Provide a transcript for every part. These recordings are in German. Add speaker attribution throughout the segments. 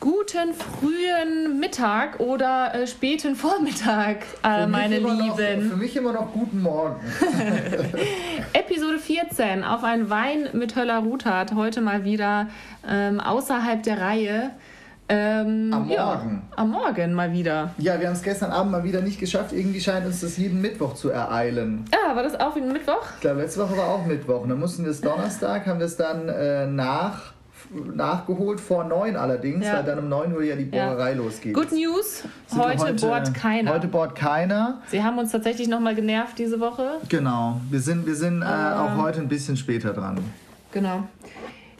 Speaker 1: guten frühen Mittag oder äh, späten Vormittag, äh,
Speaker 2: Für mich
Speaker 1: meine
Speaker 2: immer noch- Für
Speaker 1: Lieben.
Speaker 2: mich immer noch guten Morgen.
Speaker 1: Episode 14 auf ein Wein mit Höller Ruthard. Heute mal wieder ähm, außerhalb der Reihe. Ähm,
Speaker 2: Am
Speaker 1: ja,
Speaker 2: Morgen.
Speaker 1: Am Morgen mal wieder.
Speaker 2: Ja, wir haben es gestern Abend mal wieder nicht geschafft. Irgendwie scheint uns das jeden Mittwoch zu ereilen.
Speaker 1: Ah, war das auch wie ein Mittwoch?
Speaker 2: Ich glaube, letzte Woche war auch Mittwoch. Und Dann mussten wir es Donnerstag, haben wir es dann äh, nach, nachgeholt, vor neun allerdings,
Speaker 1: Ja.
Speaker 2: weil dann um neun Uhr ja die
Speaker 1: Ja.
Speaker 2: Bohrerei losgeht.
Speaker 1: Good News,
Speaker 2: Sind wir
Speaker 1: heute, bohrt keiner.
Speaker 2: Heute bohrt keiner.
Speaker 1: Sie haben uns tatsächlich nochmal genervt diese Woche.
Speaker 2: Genau. Wir sind, wir sind äh,
Speaker 1: Ähm.
Speaker 2: auch heute ein bisschen später dran.
Speaker 1: Genau.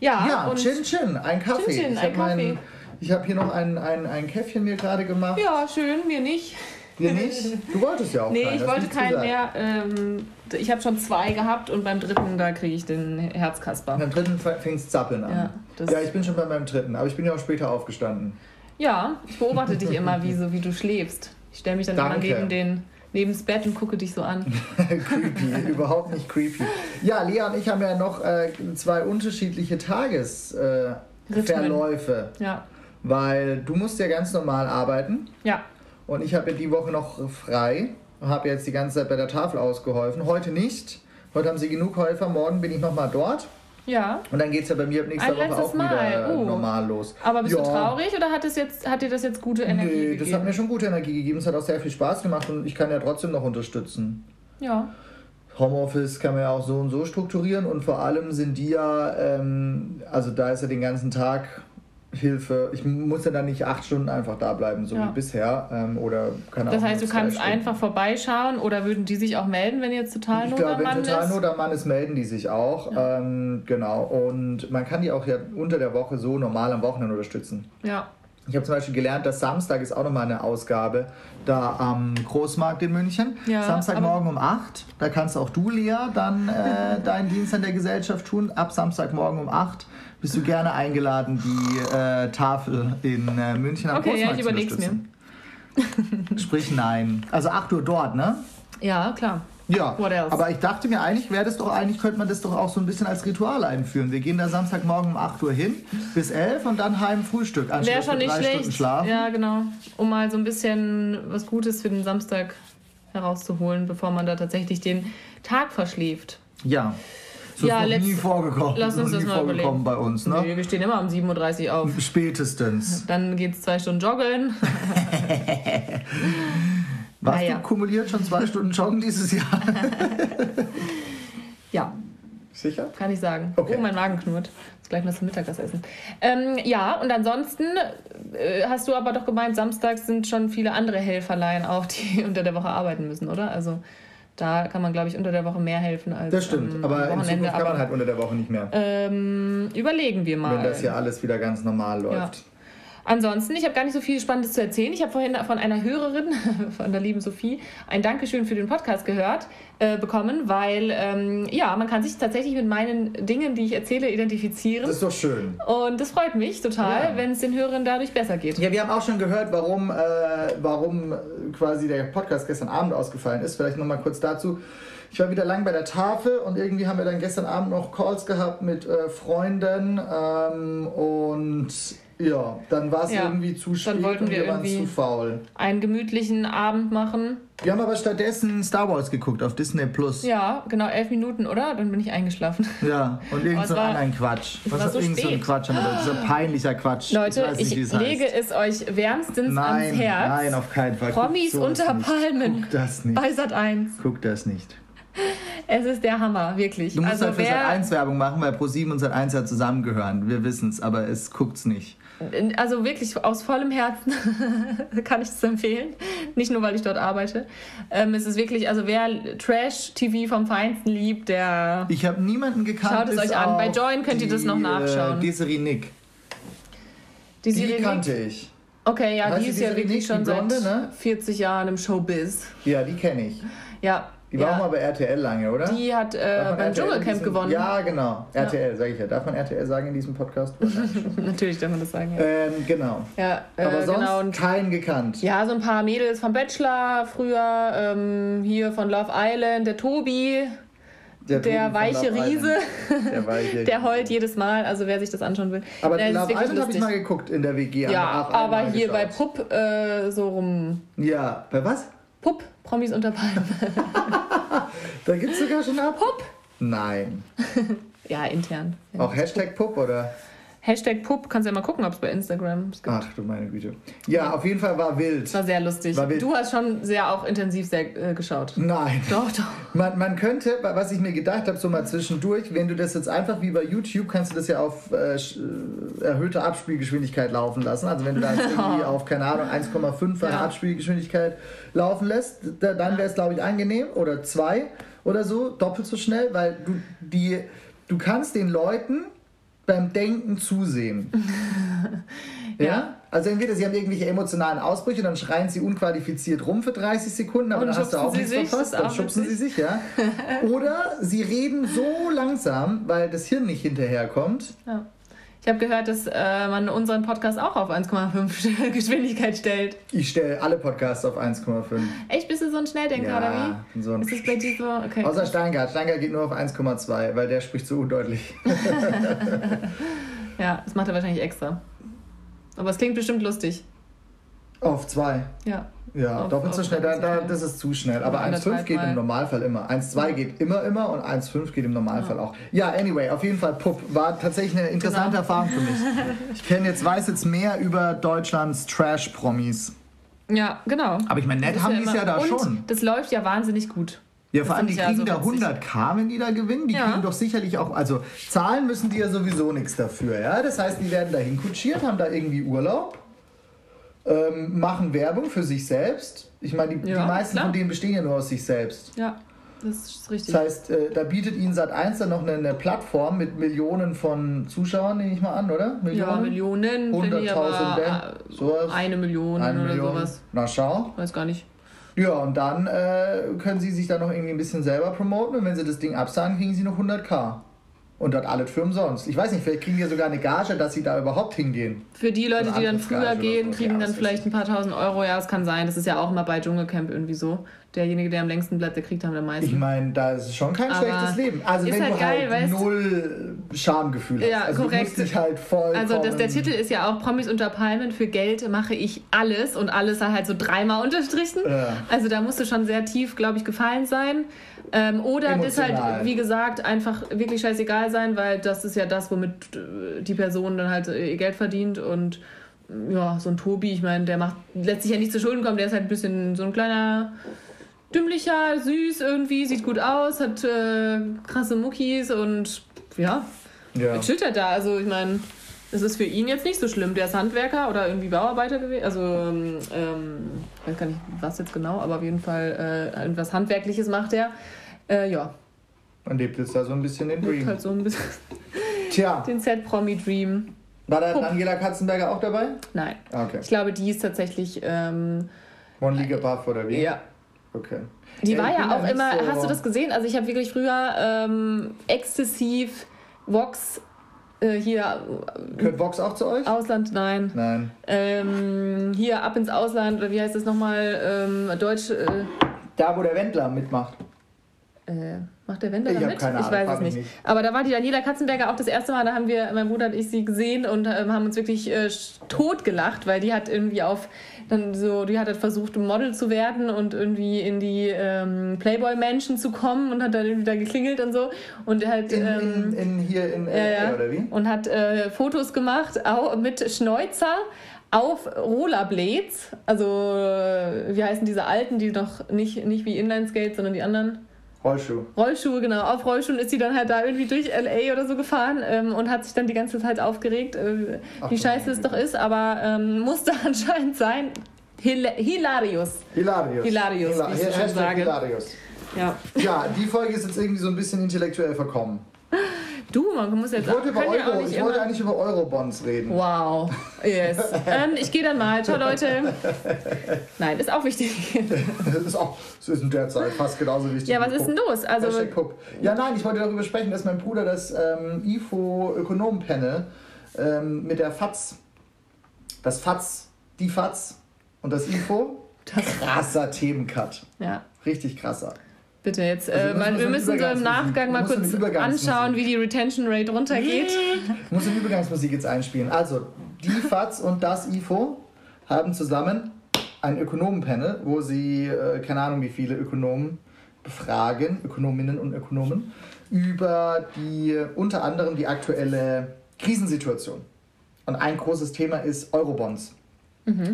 Speaker 1: Ja,
Speaker 2: Ja,
Speaker 1: und
Speaker 2: Chin Chin, ein Kaffee.
Speaker 1: Chin Chin,
Speaker 2: ich
Speaker 1: ein
Speaker 2: habe
Speaker 1: Kaffee.
Speaker 2: mein, ich hab hier noch ein, ein, ein Käffchen mir gerade gemacht.
Speaker 1: ja schön, mir nicht.
Speaker 2: Dir nicht? Du wolltest ja auch
Speaker 1: Nee,
Speaker 2: keinen,
Speaker 1: ich
Speaker 2: hast
Speaker 1: wollte
Speaker 2: nichts
Speaker 1: keinen
Speaker 2: gesagt.
Speaker 1: mehr. Ähm, ich habe schon zwei gehabt und beim dritten, da kriege ich den Herzkasper.
Speaker 2: Beim dritten fing es zappeln an.
Speaker 1: Ja, das-
Speaker 2: ja, ich bin schon bei meinem dritten, aber ich bin ja auch später aufgestanden.
Speaker 1: Ja, ich beobachte dich immer, wie, so, wie du schläfst. Ich stelle mich dann immer
Speaker 2: Danke.
Speaker 1: neben, den, neben das Bett und gucke dich so an.
Speaker 2: creepy, überhaupt nicht creepy. Ja, Lea und ich haben ja noch äh, zwei unterschiedliche Tagesverläufe, äh,
Speaker 1: Rhythmen.
Speaker 2: Verläufe,
Speaker 1: Ja,
Speaker 2: weil du musst ja ganz normal arbeiten
Speaker 1: ja.
Speaker 2: und ich habe ja die Woche noch frei und habe jetzt die ganze Zeit bei der Tafel ausgeholfen. Heute nicht. Heute haben sie genug Helfer, morgen bin ich nochmal dort.
Speaker 1: Ja,
Speaker 2: Und dann geht es ja bei mir ab nächster
Speaker 1: Ein
Speaker 2: Woche auch
Speaker 1: letztes Mal.
Speaker 2: wieder äh,
Speaker 1: Oh.
Speaker 2: normal los.
Speaker 1: aber bist
Speaker 2: Ja.
Speaker 1: du traurig oder hat, es jetzt, hat dir das jetzt gute Energie
Speaker 2: Nö, das hat
Speaker 1: gegeben?
Speaker 2: mir schon gute Energie gegeben. Es hat auch sehr viel Spaß gemacht und ich kann ja trotzdem noch unterstützen.
Speaker 1: ja.
Speaker 2: Homeoffice kann man ja auch so und so strukturieren und vor allem sind die ja, ähm, also da ist ja den ganzen Tag Hilfe. Ich muss ja dann nicht acht Stunden einfach da bleiben, so
Speaker 1: Ja.
Speaker 2: wie bisher. Ähm, oder kann
Speaker 1: Das
Speaker 2: auch
Speaker 1: heißt, du
Speaker 2: nur zwei
Speaker 1: kannst
Speaker 2: Stunden.
Speaker 1: einfach vorbeischauen oder würden die sich auch melden, wenn jetzt total
Speaker 2: Ich
Speaker 1: Not
Speaker 2: glaube,
Speaker 1: am Mann
Speaker 2: wenn total
Speaker 1: ist?
Speaker 2: Not am Mann ist, melden die sich auch. Ähm, genau. Und man kann die auch ja unter der Woche so normal am Wochenende unterstützen.
Speaker 1: Ja,
Speaker 2: Ich habe zum Beispiel gelernt, dass Samstag ist auch nochmal eine Ausgabe da am Großmarkt in München.
Speaker 1: Ja,
Speaker 2: Samstagmorgen um 8. Da kannst auch du, Lea, dann äh, deinen Dienst an der Gesellschaft tun. Ab Samstagmorgen um 8 bist du gerne eingeladen, die äh, Tafel in äh, München am
Speaker 1: Okay, ja,
Speaker 2: Großmarkt
Speaker 1: ich überleg's
Speaker 2: zu unterstützen. Sprich nein. Also 8 Uhr dort, ne?
Speaker 1: ja, klar.
Speaker 2: Ja,
Speaker 1: What else?
Speaker 2: aber ich dachte mir, eigentlich wäre das doch, eigentlich könnte man das doch auch so ein bisschen als Ritual einführen. Wir gehen da Samstagmorgen um 8 Uhr hin, bis 11 und dann heim Frühstück. anstatt
Speaker 1: Wäre schon
Speaker 2: für
Speaker 1: nicht
Speaker 2: drei Stunden
Speaker 1: schlecht.
Speaker 2: Schlaf.
Speaker 1: Ja, genau. Um mal so ein bisschen was Gutes für den Samstag herauszuholen, bevor man da tatsächlich den Tag verschläft.
Speaker 2: Ja. Das
Speaker 1: Ja,
Speaker 2: ist noch
Speaker 1: let's-
Speaker 2: nie vorgekommen.
Speaker 1: lass uns
Speaker 2: noch nie
Speaker 1: das mal
Speaker 2: vorgekommen
Speaker 1: überlegen.
Speaker 2: bei uns, ne?
Speaker 1: Nee, wir stehen immer um 7.30 Uhr auf.
Speaker 2: Spätestens.
Speaker 1: Dann geht's zwei Stunden joggeln.
Speaker 2: Warst
Speaker 1: Naja.
Speaker 2: du kumuliert schon zwei Stunden joggen dieses Jahr?
Speaker 1: Ja,
Speaker 2: Sicher?
Speaker 1: kann ich sagen.
Speaker 2: Okay.
Speaker 1: Oh, mein Magen knurrt. Jetzt gleich mal zum Mittag das essen. Ähm, ja, und ansonsten äh, hast du aber doch gemeint, samstags sind schon viele andere Helferlein auch, die unter der Woche arbeiten müssen, oder? Also da kann man, glaube ich, unter der Woche mehr helfen als
Speaker 2: Das stimmt,
Speaker 1: am
Speaker 2: aber in
Speaker 1: Ähm, Wochenende.
Speaker 2: Zukunft kann
Speaker 1: Aber,
Speaker 2: man halt unter der Woche nicht mehr,
Speaker 1: ähm, überlegen wir mal.
Speaker 2: wenn das hier alles wieder ganz normal läuft.
Speaker 1: Ansonsten, ich habe gar nicht so viel Spannendes zu erzählen. Ich habe vorhin von einer Hörerin, von der lieben Sophie, ein Dankeschön für den Podcast gehört äh, bekommen, weil ähm, ja, man kann sich tatsächlich mit meinen Dingen, die ich erzähle, identifizieren.
Speaker 2: Das ist doch schön.
Speaker 1: und das freut mich total,
Speaker 2: Ja.
Speaker 1: wenn es den Hörern dadurch besser geht.
Speaker 2: Ja, wir haben auch schon gehört, warum, äh, warum quasi der Podcast gestern Abend ausgefallen ist. Vielleicht nochmal kurz dazu. Ich war wieder lang bei der Tafel und irgendwie haben wir dann gestern Abend noch Calls gehabt mit äh, Freunden ähm, und ja, dann war es
Speaker 1: Ja,
Speaker 2: irgendwie zu spät
Speaker 1: dann wollten
Speaker 2: und
Speaker 1: wir
Speaker 2: wir waren
Speaker 1: irgendwie-
Speaker 2: zu faul.
Speaker 1: Einen gemütlichen Abend machen.
Speaker 2: Wir haben aber stattdessen Star Wars geguckt auf Disney Plus.
Speaker 1: Ja, genau, elf Minuten, oder? Dann bin ich eingeschlafen.
Speaker 2: Ja, und
Speaker 1: Aber
Speaker 2: irgend
Speaker 1: es
Speaker 2: so einen
Speaker 1: war-
Speaker 2: anderen Quatsch.
Speaker 1: es
Speaker 2: Was
Speaker 1: war so
Speaker 2: irgend so ein
Speaker 1: spät.
Speaker 2: Quatsch, aber so peinlicher Quatsch. ich
Speaker 1: Leute,
Speaker 2: weiß nicht,
Speaker 1: ich,
Speaker 2: wie es
Speaker 1: lege
Speaker 2: heißt.
Speaker 1: es euch wärmstens
Speaker 2: Nein,
Speaker 1: ans Herz.
Speaker 2: nein, auf keinen Fall. Guckt
Speaker 1: Promis
Speaker 2: sowas
Speaker 1: unter
Speaker 2: nicht.
Speaker 1: Palmen.
Speaker 2: Guckt das nicht.
Speaker 1: Bei Sat 1.
Speaker 2: Guckt das nicht.
Speaker 1: Es ist der Hammer, wirklich.
Speaker 2: Du musst
Speaker 1: also
Speaker 2: halt für
Speaker 1: wer,
Speaker 2: Sat1 Werbung machen, weil Pro7 und Sat1 ja zusammengehören. Wir wissen es, aber es guckt's nicht.
Speaker 1: In- Also wirklich aus vollem Herzen kann ich das empfehlen. Nicht nur, weil ich dort arbeite. Ähm, es ist wirklich, also wer Trash-TV vom Feinsten liebt, der.
Speaker 2: Ich habe niemanden gekannt.
Speaker 1: Schaut es
Speaker 2: bis
Speaker 1: euch an. Bei
Speaker 2: auf
Speaker 1: Join könnt ihr das
Speaker 2: die,
Speaker 1: noch nachschauen.
Speaker 2: Äh, Desiree Nick.
Speaker 1: Die,
Speaker 2: Die
Speaker 1: Serie
Speaker 2: kannte ich.
Speaker 1: Okay, ja,
Speaker 2: Heißt
Speaker 1: die
Speaker 2: die
Speaker 1: ist ja
Speaker 2: Serie
Speaker 1: wirklich
Speaker 2: nicht? Die
Speaker 1: schon
Speaker 2: Blonde,
Speaker 1: seit
Speaker 2: ne?
Speaker 1: 40 Jahren im Showbiz.
Speaker 2: Ja, die kenne ich.
Speaker 1: Ja.
Speaker 2: Die war
Speaker 1: ja.
Speaker 2: auch mal bei RTL lange, oder?
Speaker 1: die hat
Speaker 2: Darf
Speaker 1: äh,
Speaker 2: man
Speaker 1: beim
Speaker 2: RTL in
Speaker 1: Dschungelcamp
Speaker 2: diesem-
Speaker 1: gewonnen.
Speaker 2: Ja, genau. RTL, sage ich ja. Darf man RTL sagen in diesem Podcast?
Speaker 1: Natürlich darf man das sagen. Ja,
Speaker 2: ähm, genau.
Speaker 1: ja äh,
Speaker 2: Aber sonst
Speaker 1: genau. Und
Speaker 2: keinen gekannt.
Speaker 1: Ja, so ein paar Mädels vom Bachelor früher, ähm, hier von Love Island, der Tobi, Der,
Speaker 2: Brüden von
Speaker 1: weiche
Speaker 2: Love
Speaker 1: Riese,
Speaker 2: Island. Der weiche
Speaker 1: der heult
Speaker 2: Riese.
Speaker 1: jedes Mal. Also wer sich das anschauen will.
Speaker 2: Aber
Speaker 1: Nein, das
Speaker 2: Love
Speaker 1: ist wirklich
Speaker 2: Island habe ich
Speaker 1: lustig.
Speaker 2: mal geguckt in der WG. haben wir
Speaker 1: Ja,
Speaker 2: auch
Speaker 1: aber
Speaker 2: einmal
Speaker 1: hier bei
Speaker 2: geschaut.
Speaker 1: Pupp äh, so rum.
Speaker 2: Ja, bei was?
Speaker 1: Pupp, Promis unter Palmen.
Speaker 2: Da gibt es sogar schon ab.
Speaker 1: Pupp?
Speaker 2: Nein.
Speaker 1: Ja, intern. Ja.
Speaker 2: Auch Hashtag Pup oder?
Speaker 1: Hashtag Pupp, kannst ja mal gucken, ob es bei Instagram es gibt.
Speaker 2: Ach du meine Güte. Ja, auf jeden Fall war wild.
Speaker 1: Das war sehr lustig.
Speaker 2: War wild.
Speaker 1: du hast schon sehr auch intensiv sehr äh, geschaut.
Speaker 2: Nein.
Speaker 1: Doch, doch.
Speaker 2: Man, man könnte, was ich mir gedacht habe, so mal zwischendurch, wenn du das jetzt einfach wie bei YouTube, kannst du das ja auf äh, sch- äh, erhöhte Abspielgeschwindigkeit laufen lassen. Also wenn du da jetzt irgendwie auf, keine Ahnung, 1,5
Speaker 1: Ja.
Speaker 2: Abspielgeschwindigkeit laufen lässt, da, dann wäre es, glaube ich, angenehm. Oder zwei oder so, doppelt so schnell, weil du, die, du kannst den Leuten beim Denken zusehen. Ja.
Speaker 1: Ja.
Speaker 2: Also entweder sie haben irgendwelche emotionalen Ausbrüche, dann schreien sie unqualifiziert rum für 30 Sekunden, aber
Speaker 1: Und
Speaker 2: dann hast du
Speaker 1: schubsen
Speaker 2: auch
Speaker 1: sie
Speaker 2: nichts
Speaker 1: sich,
Speaker 2: verpasst,
Speaker 1: das ist
Speaker 2: dann
Speaker 1: auch
Speaker 2: schubsen sie
Speaker 1: witzig.
Speaker 2: sich, ja. Oder sie reden so langsam, weil das Hirn nicht hinterherkommt.
Speaker 1: Ja. Ich habe gehört, dass äh, man unseren Podcast auch auf 1,5 Geschwindigkeit stellt.
Speaker 2: Ich stelle alle Podcasts auf 1,5.
Speaker 1: Echt, bist du so ein Schnelldenker oder
Speaker 2: so
Speaker 1: wie? Ist es bei
Speaker 2: ein
Speaker 1: dir so? Okay.
Speaker 2: Außer Steingart. Steingart geht nur auf 1,2, weil der spricht so undeutlich.
Speaker 1: ja, das macht er wahrscheinlich extra. Aber es klingt bestimmt lustig.
Speaker 2: Auf 2.
Speaker 1: Ja.
Speaker 2: Ja,
Speaker 1: Auf-
Speaker 2: doppelt so
Speaker 1: auf
Speaker 2: schnell, da, da,
Speaker 1: 1,2.
Speaker 2: das ist zu schnell. Aber
Speaker 1: Oder
Speaker 2: 1,5 geht im
Speaker 1: anderthalb Mal.
Speaker 2: Normalfall immer. 1,2 geht immer, immer und 1,5 geht im Normalfall auch. Ja, anyway, auf jeden Fall, Pupp, war tatsächlich eine interessante
Speaker 1: Genau.
Speaker 2: Erfahrung für mich. Ich kenne jetzt, weiß jetzt mehr über Deutschlands Trash-Promis.
Speaker 1: Ja, genau.
Speaker 2: Aber ich meine, nett
Speaker 1: Das
Speaker 2: haben
Speaker 1: ist
Speaker 2: die es ja
Speaker 1: immer-
Speaker 2: da
Speaker 1: und
Speaker 2: schon.
Speaker 1: Das läuft ja wahnsinnig gut.
Speaker 2: Ja,
Speaker 1: das
Speaker 2: vor allem,
Speaker 1: finde
Speaker 2: die
Speaker 1: ich ja
Speaker 2: kriegen
Speaker 1: so
Speaker 2: da
Speaker 1: witzig.
Speaker 2: 100k, wenn die da gewinnen. Die
Speaker 1: Ja.
Speaker 2: kriegen doch sicherlich auch, also zahlen müssen die ja sowieso nichts dafür. Ja? Das heißt, die werden dahin kutschiert, haben da irgendwie Urlaub, ähm, machen Werbung für sich selbst. Ich meine, die,
Speaker 1: Ja,
Speaker 2: die meisten
Speaker 1: klar.
Speaker 2: von denen bestehen ja nur aus sich selbst.
Speaker 1: Ja, das ist richtig.
Speaker 2: Das heißt, äh, da bietet Ihnen Sat1 dann noch eine, eine Plattform mit Millionen von Zuschauern, nehme ich mal an, oder?
Speaker 1: ja, Millionen, finde ich,
Speaker 2: 100.000,
Speaker 1: aber
Speaker 2: ne?
Speaker 1: äh,
Speaker 2: Sowas.
Speaker 1: eine Million
Speaker 2: Eine
Speaker 1: oder
Speaker 2: Million.
Speaker 1: sowas.
Speaker 2: Na schau.
Speaker 1: Weiß gar nicht.
Speaker 2: Ja, und dann äh, können Sie sich da noch irgendwie ein bisschen selber promoten und wenn Sie das Ding absagen, kriegen Sie noch 100k. Und das alles für umsonst. Ich weiß nicht, vielleicht kriegen die ja sogar eine Gage, dass Sie da überhaupt hingehen.
Speaker 1: Für die Leute,
Speaker 2: Eine
Speaker 1: die dann
Speaker 2: Antrittsgage
Speaker 1: früher
Speaker 2: oder
Speaker 1: gehen,
Speaker 2: so,
Speaker 1: kriegen
Speaker 2: ja,
Speaker 1: dann
Speaker 2: das
Speaker 1: vielleicht ein paar tausend Euro. Ja, das kann sein. Das ist ja auch immer bei Dschungelcamp irgendwie so. Derjenige, der am längsten bleibt, der kriegt am
Speaker 2: Ich
Speaker 1: meisten.
Speaker 2: meine, da ist schon kein
Speaker 1: Aber
Speaker 2: schlechtes Leben. Also
Speaker 1: ist
Speaker 2: wenn
Speaker 1: halt
Speaker 2: du
Speaker 1: geil,
Speaker 2: halt
Speaker 1: weißt du?
Speaker 2: null Schamgefühl
Speaker 1: Ja,
Speaker 2: hast. Also
Speaker 1: korrekt.
Speaker 2: du musst dich halt voll
Speaker 1: Also das, der Titel ist ja auch Promis unter Palmen. Für Geld mache ich alles und alles halt so dreimal unterstrichen.
Speaker 2: Ja.
Speaker 1: Also da musst du schon sehr tief, glaube ich, gefallen sein. Ähm, oder das halt,
Speaker 2: Emotional.
Speaker 1: wie gesagt, einfach wirklich scheißegal sein, weil das ist ja das, womit äh, die Person dann halt äh, ihr Geld verdient und äh, ja, so ein Tobi, ich meine, der macht letztlich ja nicht zu Schulden kommen, der ist halt ein bisschen so ein kleiner dümmlicher, süß irgendwie, sieht gut aus, hat äh, krasse Muckis und ja,
Speaker 2: Ja.
Speaker 1: Jetzt chillt er da. Also ich meine, es ist für ihn jetzt nicht so schlimm. Der ist Handwerker oder irgendwie Bauarbeiter gewesen. Also ähm, ähm, ich weiß gar nicht, was jetzt genau, aber auf jeden Fall äh, irgendwas Handwerkliches macht er. Äh, ja,
Speaker 2: Und lebt jetzt da so ein bisschen den
Speaker 1: lebt
Speaker 2: Dream.
Speaker 1: halt so ein bisschen
Speaker 2: Tja.
Speaker 1: den Set-Promi-Dream.
Speaker 2: War da
Speaker 1: Pup.
Speaker 2: Angela Katzenberger auch dabei?
Speaker 1: Nein,
Speaker 2: Ah, Okay.
Speaker 1: ich glaube, die ist tatsächlich, ähm,
Speaker 2: One Liga Buff oder wie?
Speaker 1: ja,
Speaker 2: Okay.
Speaker 1: Die
Speaker 2: Ja,
Speaker 1: war
Speaker 2: ich bin
Speaker 1: ja
Speaker 2: da
Speaker 1: auch
Speaker 2: nicht
Speaker 1: immer,
Speaker 2: so-
Speaker 1: hast du das gesehen? Also ich habe wirklich früher ähm, exzessiv Vox äh, hier,
Speaker 2: Gehört Vox auch zu euch?
Speaker 1: Ausland, nein.
Speaker 2: Nein.
Speaker 1: Ähm, hier ab ins Ausland, oder wie heißt das nochmal? Ähm, Deutsch. Äh,
Speaker 2: Da, wo der Wendler mitmacht.
Speaker 1: äh, macht der Wendler
Speaker 2: Ich
Speaker 1: da
Speaker 2: hab
Speaker 1: mit?
Speaker 2: keine
Speaker 1: ich
Speaker 2: Ahnung,
Speaker 1: weiß
Speaker 2: frag
Speaker 1: es
Speaker 2: mich
Speaker 1: nicht.
Speaker 2: nicht.
Speaker 1: Aber da war die Daniela Katzenberger auch das erste Mal, da haben wir, mein Bruder und ich, sie gesehen und ähm, haben uns wirklich äh, tot gelacht, weil die hat irgendwie auf, dann so, die hat halt versucht, Model zu werden und irgendwie in die ähm, Playboy-Mansion zu kommen und hat dann irgendwie da geklingelt und so. Und halt.
Speaker 2: In,
Speaker 1: ähm,
Speaker 2: in, in hier in
Speaker 1: ja,
Speaker 2: LA
Speaker 1: ja.
Speaker 2: oder wie?
Speaker 1: Und hat äh, Fotos gemacht au- mit Schneuzer auf Rollerblades. Also, äh, wie heißen diese alten, die noch nicht, nicht wie Inlineskates, sondern die anderen?
Speaker 2: Rollschuh.
Speaker 1: Rollschuhe, genau. Auf Rollschuhen ist sie dann halt da irgendwie durch LA oder so gefahren ähm, und hat sich dann die ganze Zeit aufgeregt, äh,
Speaker 2: Ach
Speaker 1: wie
Speaker 2: du
Speaker 1: scheiße
Speaker 2: meine
Speaker 1: es doch
Speaker 2: Güte.
Speaker 1: ist, aber ähm, musste anscheinend sein. Hila Hilarius.
Speaker 2: Hilarius.
Speaker 1: Hilarius,
Speaker 2: Hila
Speaker 1: wie ich so schön
Speaker 2: Hashtag
Speaker 1: sage.
Speaker 2: Hilarius.
Speaker 1: Ja.
Speaker 2: Ja, die Folge ist jetzt irgendwie so ein bisschen intellektuell verkommen.
Speaker 1: Du, man muss jetzt
Speaker 2: Ich wollte, über
Speaker 1: können ja auch
Speaker 2: Euro,
Speaker 1: nicht
Speaker 2: ich wollte
Speaker 1: immer- Oh.
Speaker 2: eigentlich über Eurobonds reden.
Speaker 1: Wow, yes. ähm, ich gehe dann mal. Ciao, Leute. Nein, ist auch wichtig.
Speaker 2: Das ist auch, das ist in der Zeit fast genauso wichtig.
Speaker 1: Ja,
Speaker 2: wie
Speaker 1: was ist denn
Speaker 2: Pup.
Speaker 1: los? Also,
Speaker 2: Hashtag Pup. Ja, nein, ich wollte darüber sprechen, dass mein Bruder das ähm, IFO-Ökonom-Panel ähm, mit der FATS, das FATS, die FATS und das IFO, krasser Themencut.
Speaker 1: ja.
Speaker 2: Richtig krasser.
Speaker 1: Bitte jetzt,
Speaker 2: Also
Speaker 1: äh,
Speaker 2: müssen
Speaker 1: weil wir
Speaker 2: wir so einen
Speaker 1: müssen so im
Speaker 2: Übergangs-
Speaker 1: Nachgang mal
Speaker 2: muss so einen
Speaker 1: kurz
Speaker 2: Übergangs-
Speaker 1: anschauen, wie die Retention Rate runtergeht.
Speaker 2: Ich muss die Übergangsmusik jetzt einspielen. Also, die FAZ und das IFO haben zusammen ein Ökonomenpanel, wo sie, äh, keine Ahnung wie viele Ökonomen befragen, Ökonominnen und Ökonomen, über die, unter anderem die aktuelle Krisensituation. Und ein großes Thema ist Eurobonds.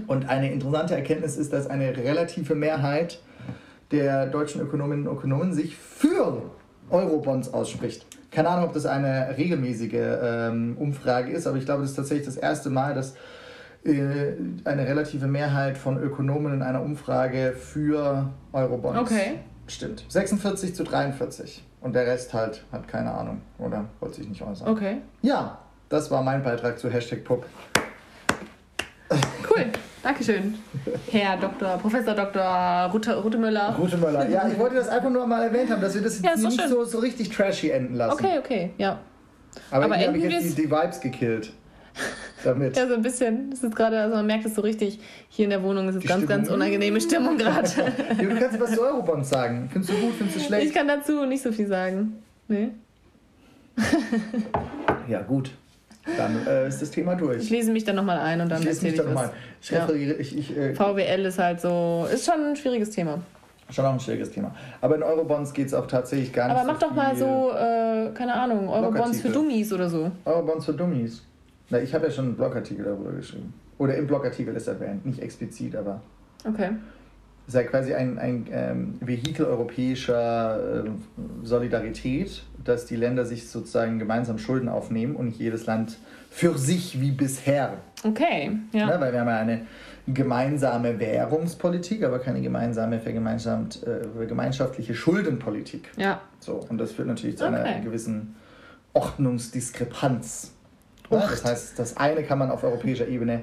Speaker 2: Und eine interessante Erkenntnis ist, dass eine relative Mehrheit der deutschen Ökonominnen und Ökonomen sich für Eurobonds ausspricht. Keine Ahnung, ob das eine regelmäßige ähm, Umfrage ist, aber ich glaube, das ist tatsächlich das erste Mal, dass äh, eine relative Mehrheit von Ökonomen in einer Umfrage für Eurobonds
Speaker 1: Okay.
Speaker 2: stimmt. 46 zu 43. Und der Rest halt hat keine Ahnung oder wollte sich nicht äußern.
Speaker 1: Okay,
Speaker 2: Ja, das war mein Beitrag zu Hashtag Pub.
Speaker 1: cool. Dankeschön, Herr Dr. Professor Dr. Rutte, Ruttemüller.
Speaker 2: Gute Möller. Ja, ich wollte das einfach nur mal erwähnt haben, dass wir das jetzt
Speaker 1: Ja, ist doch
Speaker 2: nicht
Speaker 1: schön.
Speaker 2: so, so richtig trashy enden lassen.
Speaker 1: Okay, okay, ja.
Speaker 2: Aber,
Speaker 1: Aber
Speaker 2: irgendwie habe ich
Speaker 1: enden
Speaker 2: jetzt die, die Vibes gekillt. Damit.
Speaker 1: Ja, so ein bisschen. Das ist gerade, also man merkt es so richtig. Hier in der Wohnung ist es
Speaker 2: Die
Speaker 1: ganz, ganz
Speaker 2: Stimmung.
Speaker 1: unangenehme Stimmung gerade.
Speaker 2: Du kannst was zu Eurobonds sagen. Findest du gut, findest du
Speaker 1: Ich
Speaker 2: schlecht?
Speaker 1: kann dazu nicht so viel sagen. Nee.
Speaker 2: Ja, gut. Dann äh, ist das Thema
Speaker 1: Ich
Speaker 2: durch.
Speaker 1: lese mich dann nochmal ein und dann
Speaker 2: Ich lese
Speaker 1: erzähle ich
Speaker 2: mich da
Speaker 1: was.
Speaker 2: nochmal. Ich referiere, ich, ich, äh,
Speaker 1: VWL ist halt so, ist schon ein schwieriges Thema.
Speaker 2: schon auch ein schwieriges Thema. Aber in Eurobonds geht es auch tatsächlich gar nicht
Speaker 1: Aber mach
Speaker 2: so
Speaker 1: doch mal
Speaker 2: viel.
Speaker 1: so, äh, keine Ahnung, Eurobonds für
Speaker 2: Blogartikel.
Speaker 1: Dummies oder so.
Speaker 2: Eurobonds für Dummies. Na, ich habe ja schon einen Blogartikel darüber geschrieben. Oder im Blogartikel ist erwähnt. Nicht explizit, aber.
Speaker 1: Okay.
Speaker 2: ist ja quasi ein, ein ähm, Vehikel europäischer ähm, Solidarität, dass die Länder sich sozusagen gemeinsam Schulden aufnehmen und nicht jedes Land für sich wie bisher.
Speaker 1: Okay, ja.
Speaker 2: Ne? Weil wir haben ja eine gemeinsame Währungspolitik, aber keine gemeinsame vergemeinsamt, äh, gemeinschaftliche Schuldenpolitik.
Speaker 1: Ja.
Speaker 2: So, und das führt natürlich zu einer
Speaker 1: Okay.
Speaker 2: gewissen Ordnungsdiskrepanz.
Speaker 1: Oh
Speaker 2: Ne? Das heißt, das eine kann man auf europäischer Ebene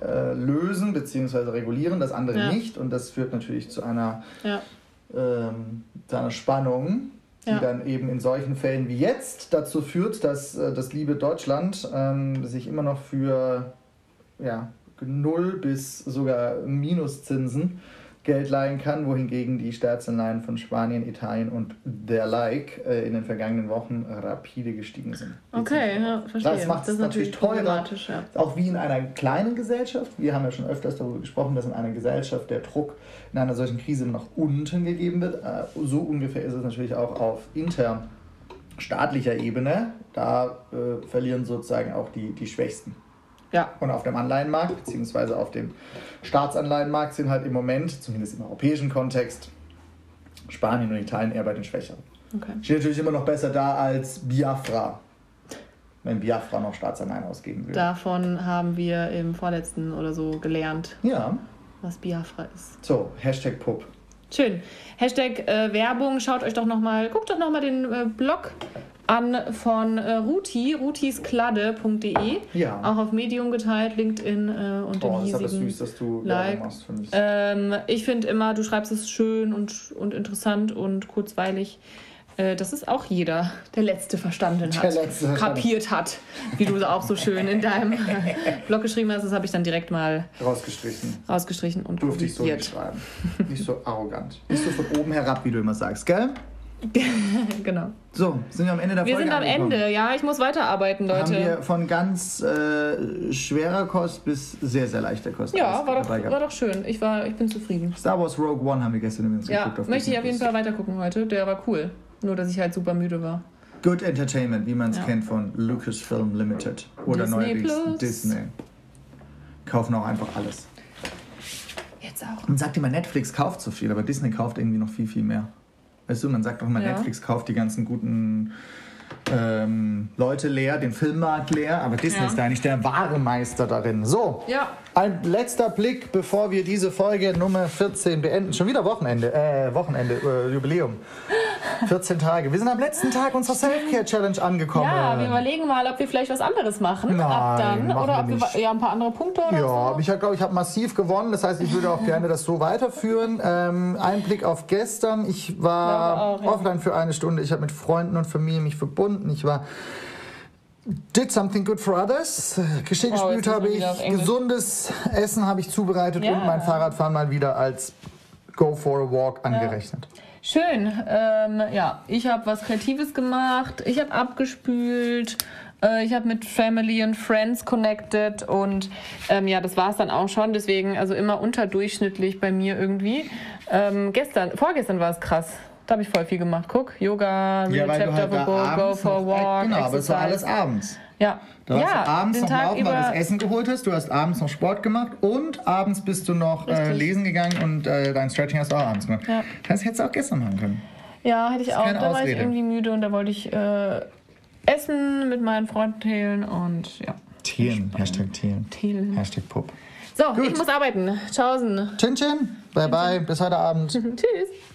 Speaker 2: äh, lösen bzw. regulieren, das andere
Speaker 1: Ja.
Speaker 2: nicht. Und das führt natürlich zu einer,
Speaker 1: Ja.
Speaker 2: ähm, zu einer Spannung, die
Speaker 1: Ja.
Speaker 2: dann eben in solchen Fällen wie jetzt dazu führt, dass äh, das liebe Deutschland ähm, sich immer noch für ja, null bis sogar Minuszinsen Geld leihen kann, wohingegen die Staatsanleihen von Spanien, Italien und derlike äh, in den vergangenen Wochen rapide gestiegen sind.
Speaker 1: Okay, ja, verstehe.
Speaker 2: Das macht es natürlich teurer.
Speaker 1: problematisch, ja.
Speaker 2: Auch wie in einer kleinen Gesellschaft. Wir haben ja schon öfters darüber gesprochen, dass in einer Gesellschaft der Druck in einer solchen Krise nach unten gegeben wird. Äh, So ungefähr ist es natürlich auch auf interstaatlicher Ebene. Da äh, verlieren sozusagen auch die, die Schwächsten.
Speaker 1: Ja,
Speaker 2: Und auf dem Anleihenmarkt, beziehungsweise auf dem Staatsanleihenmarkt, sind halt im Moment, zumindest im europäischen Kontext, Spanien und Italien eher bei den Schwächeren.
Speaker 1: okay.
Speaker 2: Steht natürlich immer noch besser da als Biafra. Wenn Biafra noch Staatsanleihen ausgeben würde.
Speaker 1: Davon haben wir im vorletzten oder so gelernt,
Speaker 2: Ja,
Speaker 1: was Biafra ist.
Speaker 2: so, Hashtag Pup.
Speaker 1: Schön. Hashtag äh, Werbung. Schaut euch doch nochmal, guckt doch nochmal den äh, Blog an von äh, Ruti, rutiskladde.de.
Speaker 2: Ja.
Speaker 1: Auch auf Medium geteilt, LinkedIn äh, und
Speaker 2: Boah,
Speaker 1: den
Speaker 2: Oh, ist aber süß,
Speaker 1: hiesigen.
Speaker 2: dass du
Speaker 1: Like.
Speaker 2: Werbung machst für mich.
Speaker 1: Ähm, ich finde immer, du schreibst es schön und, und interessant und kurzweilig. Äh, Das ist auch jeder, der Letzte verstanden hat,
Speaker 2: Der Letzte verstanden.
Speaker 1: kapiert hat, wie du auch so schön in deinem Blog geschrieben hast. Das habe ich dann direkt mal
Speaker 2: Rausgestrichen.
Speaker 1: rausgestrichen und
Speaker 2: Durfte ich so nicht
Speaker 1: korrigiert.
Speaker 2: schreiben. Nicht so arrogant. Nicht so von oben herab, wie du immer sagst, gell?
Speaker 1: Genau.
Speaker 2: So, sind wir am Ende der
Speaker 1: Wir
Speaker 2: Folge
Speaker 1: sind am
Speaker 2: angekommen.
Speaker 1: Ende, ja, ich muss weiterarbeiten,
Speaker 2: Haben wir
Speaker 1: Leute.
Speaker 2: von ganz äh, schwerer Kost bis sehr, sehr leichter Kost.
Speaker 1: Ja,
Speaker 2: alles
Speaker 1: war doch,
Speaker 2: dabei gehabt.
Speaker 1: war doch schön. Ich, war, ich bin zufrieden.
Speaker 2: Star Wars Rogue One haben wir gestern übrigens
Speaker 1: Ja,
Speaker 2: geguckt. auf
Speaker 1: möchte ich
Speaker 2: Disney+.
Speaker 1: auf jeden Fall weitergucken heute. Der war cool. Nur, dass ich halt super müde war.
Speaker 2: Good Entertainment, wie man es
Speaker 1: Ja.
Speaker 2: kennt von Lucasfilm Limited. Oder
Speaker 1: Disney
Speaker 2: neuerdings
Speaker 1: Plus.
Speaker 2: Disney. Kaufen auch einfach alles.
Speaker 1: Jetzt auch.
Speaker 2: Man sagt immer, Netflix kauft so viel, aber Disney kauft irgendwie noch viel, viel mehr. Weißt du, man sagt auch immer,
Speaker 1: Ja.
Speaker 2: Netflix kauft die ganzen guten ähm, Leute leer, den Filmmarkt leer, aber Disney
Speaker 1: Ja.
Speaker 2: ist da nicht der wahre Meister darin. So,
Speaker 1: Ja.
Speaker 2: ein letzter Blick, bevor wir diese Folge Nummer 14 beenden. Schon wieder Wochenende, äh, Wochenende, äh, Jubiläum. 14 Tage. Wir sind am letzten Tag unserer Self-Care-Challenge angekommen.
Speaker 1: Ja, wir überlegen mal, ob wir vielleicht was anderes machen. ab
Speaker 2: Nein,
Speaker 1: dann.
Speaker 2: machen
Speaker 1: oder
Speaker 2: wir
Speaker 1: ob wir
Speaker 2: nicht.
Speaker 1: wa- ja, ein paar andere Punkte oder
Speaker 2: Ja,
Speaker 1: so.
Speaker 2: aber ich glaube, ich habe massiv gewonnen. Das heißt, ich würde auch gerne das so weiterführen. Ähm, Einblick auf gestern. Ich war
Speaker 1: Glaube auch, ja.
Speaker 2: offline für eine Stunde. Ich habe mit Freunden und Familie mich verbunden. Ich war did something good for others. Geschirr
Speaker 1: Wow, Oh, jetzt
Speaker 2: gespült
Speaker 1: sind
Speaker 2: habe
Speaker 1: wir wieder auf
Speaker 2: ich.
Speaker 1: Englisch.
Speaker 2: Gesundes Essen habe ich zubereitet
Speaker 1: Ja.
Speaker 2: und mein Fahrradfahren mal wieder als Go for a Walk angerechnet.
Speaker 1: Schön. Ähm, ja, ich habe was Kreatives gemacht. Ich habe abgespült. Äh, ich habe mit Family und Friends connected. Und ähm, ja, das war es dann auch schon. Deswegen, also immer unterdurchschnittlich bei mir irgendwie. Ähm, gestern, vorgestern war es krass. Da habe ich voll viel gemacht. Guck, Yoga, Read
Speaker 2: Ja,
Speaker 1: a
Speaker 2: weil du
Speaker 1: Chapter
Speaker 2: halt
Speaker 1: of a
Speaker 2: da
Speaker 1: Book, Go
Speaker 2: abends
Speaker 1: for a
Speaker 2: noch-
Speaker 1: Walk.
Speaker 2: Genau, aber es war alles
Speaker 1: Exercise.
Speaker 2: abends.
Speaker 1: Ja,
Speaker 2: Du hast
Speaker 1: ja
Speaker 2: abends
Speaker 1: den
Speaker 2: noch
Speaker 1: Tag
Speaker 2: laufen, weil du
Speaker 1: über.
Speaker 2: das Essen geholt hast. Du hast abends noch Sport gemacht und abends bist du noch äh,
Speaker 1: Richtig.
Speaker 2: lesen gegangen und äh, dein Stretching hast du auch abends gemacht.
Speaker 1: Ja.
Speaker 2: Das hättest du auch gestern machen können.
Speaker 1: Ja, hätte ich auch.
Speaker 2: keine
Speaker 1: Da war ich
Speaker 2: Ausrede.
Speaker 1: irgendwie müde und da wollte ich äh, essen mit meinen Freunden teilen und ja.
Speaker 2: Thelen, Hashtag Thelen.
Speaker 1: Thelen.
Speaker 2: Hashtag Pup.
Speaker 1: So, ich muss arbeiten. Tschaußen.
Speaker 2: Tschin, tschin. Bye, bye. Bis heute Abend.
Speaker 1: Tschüss.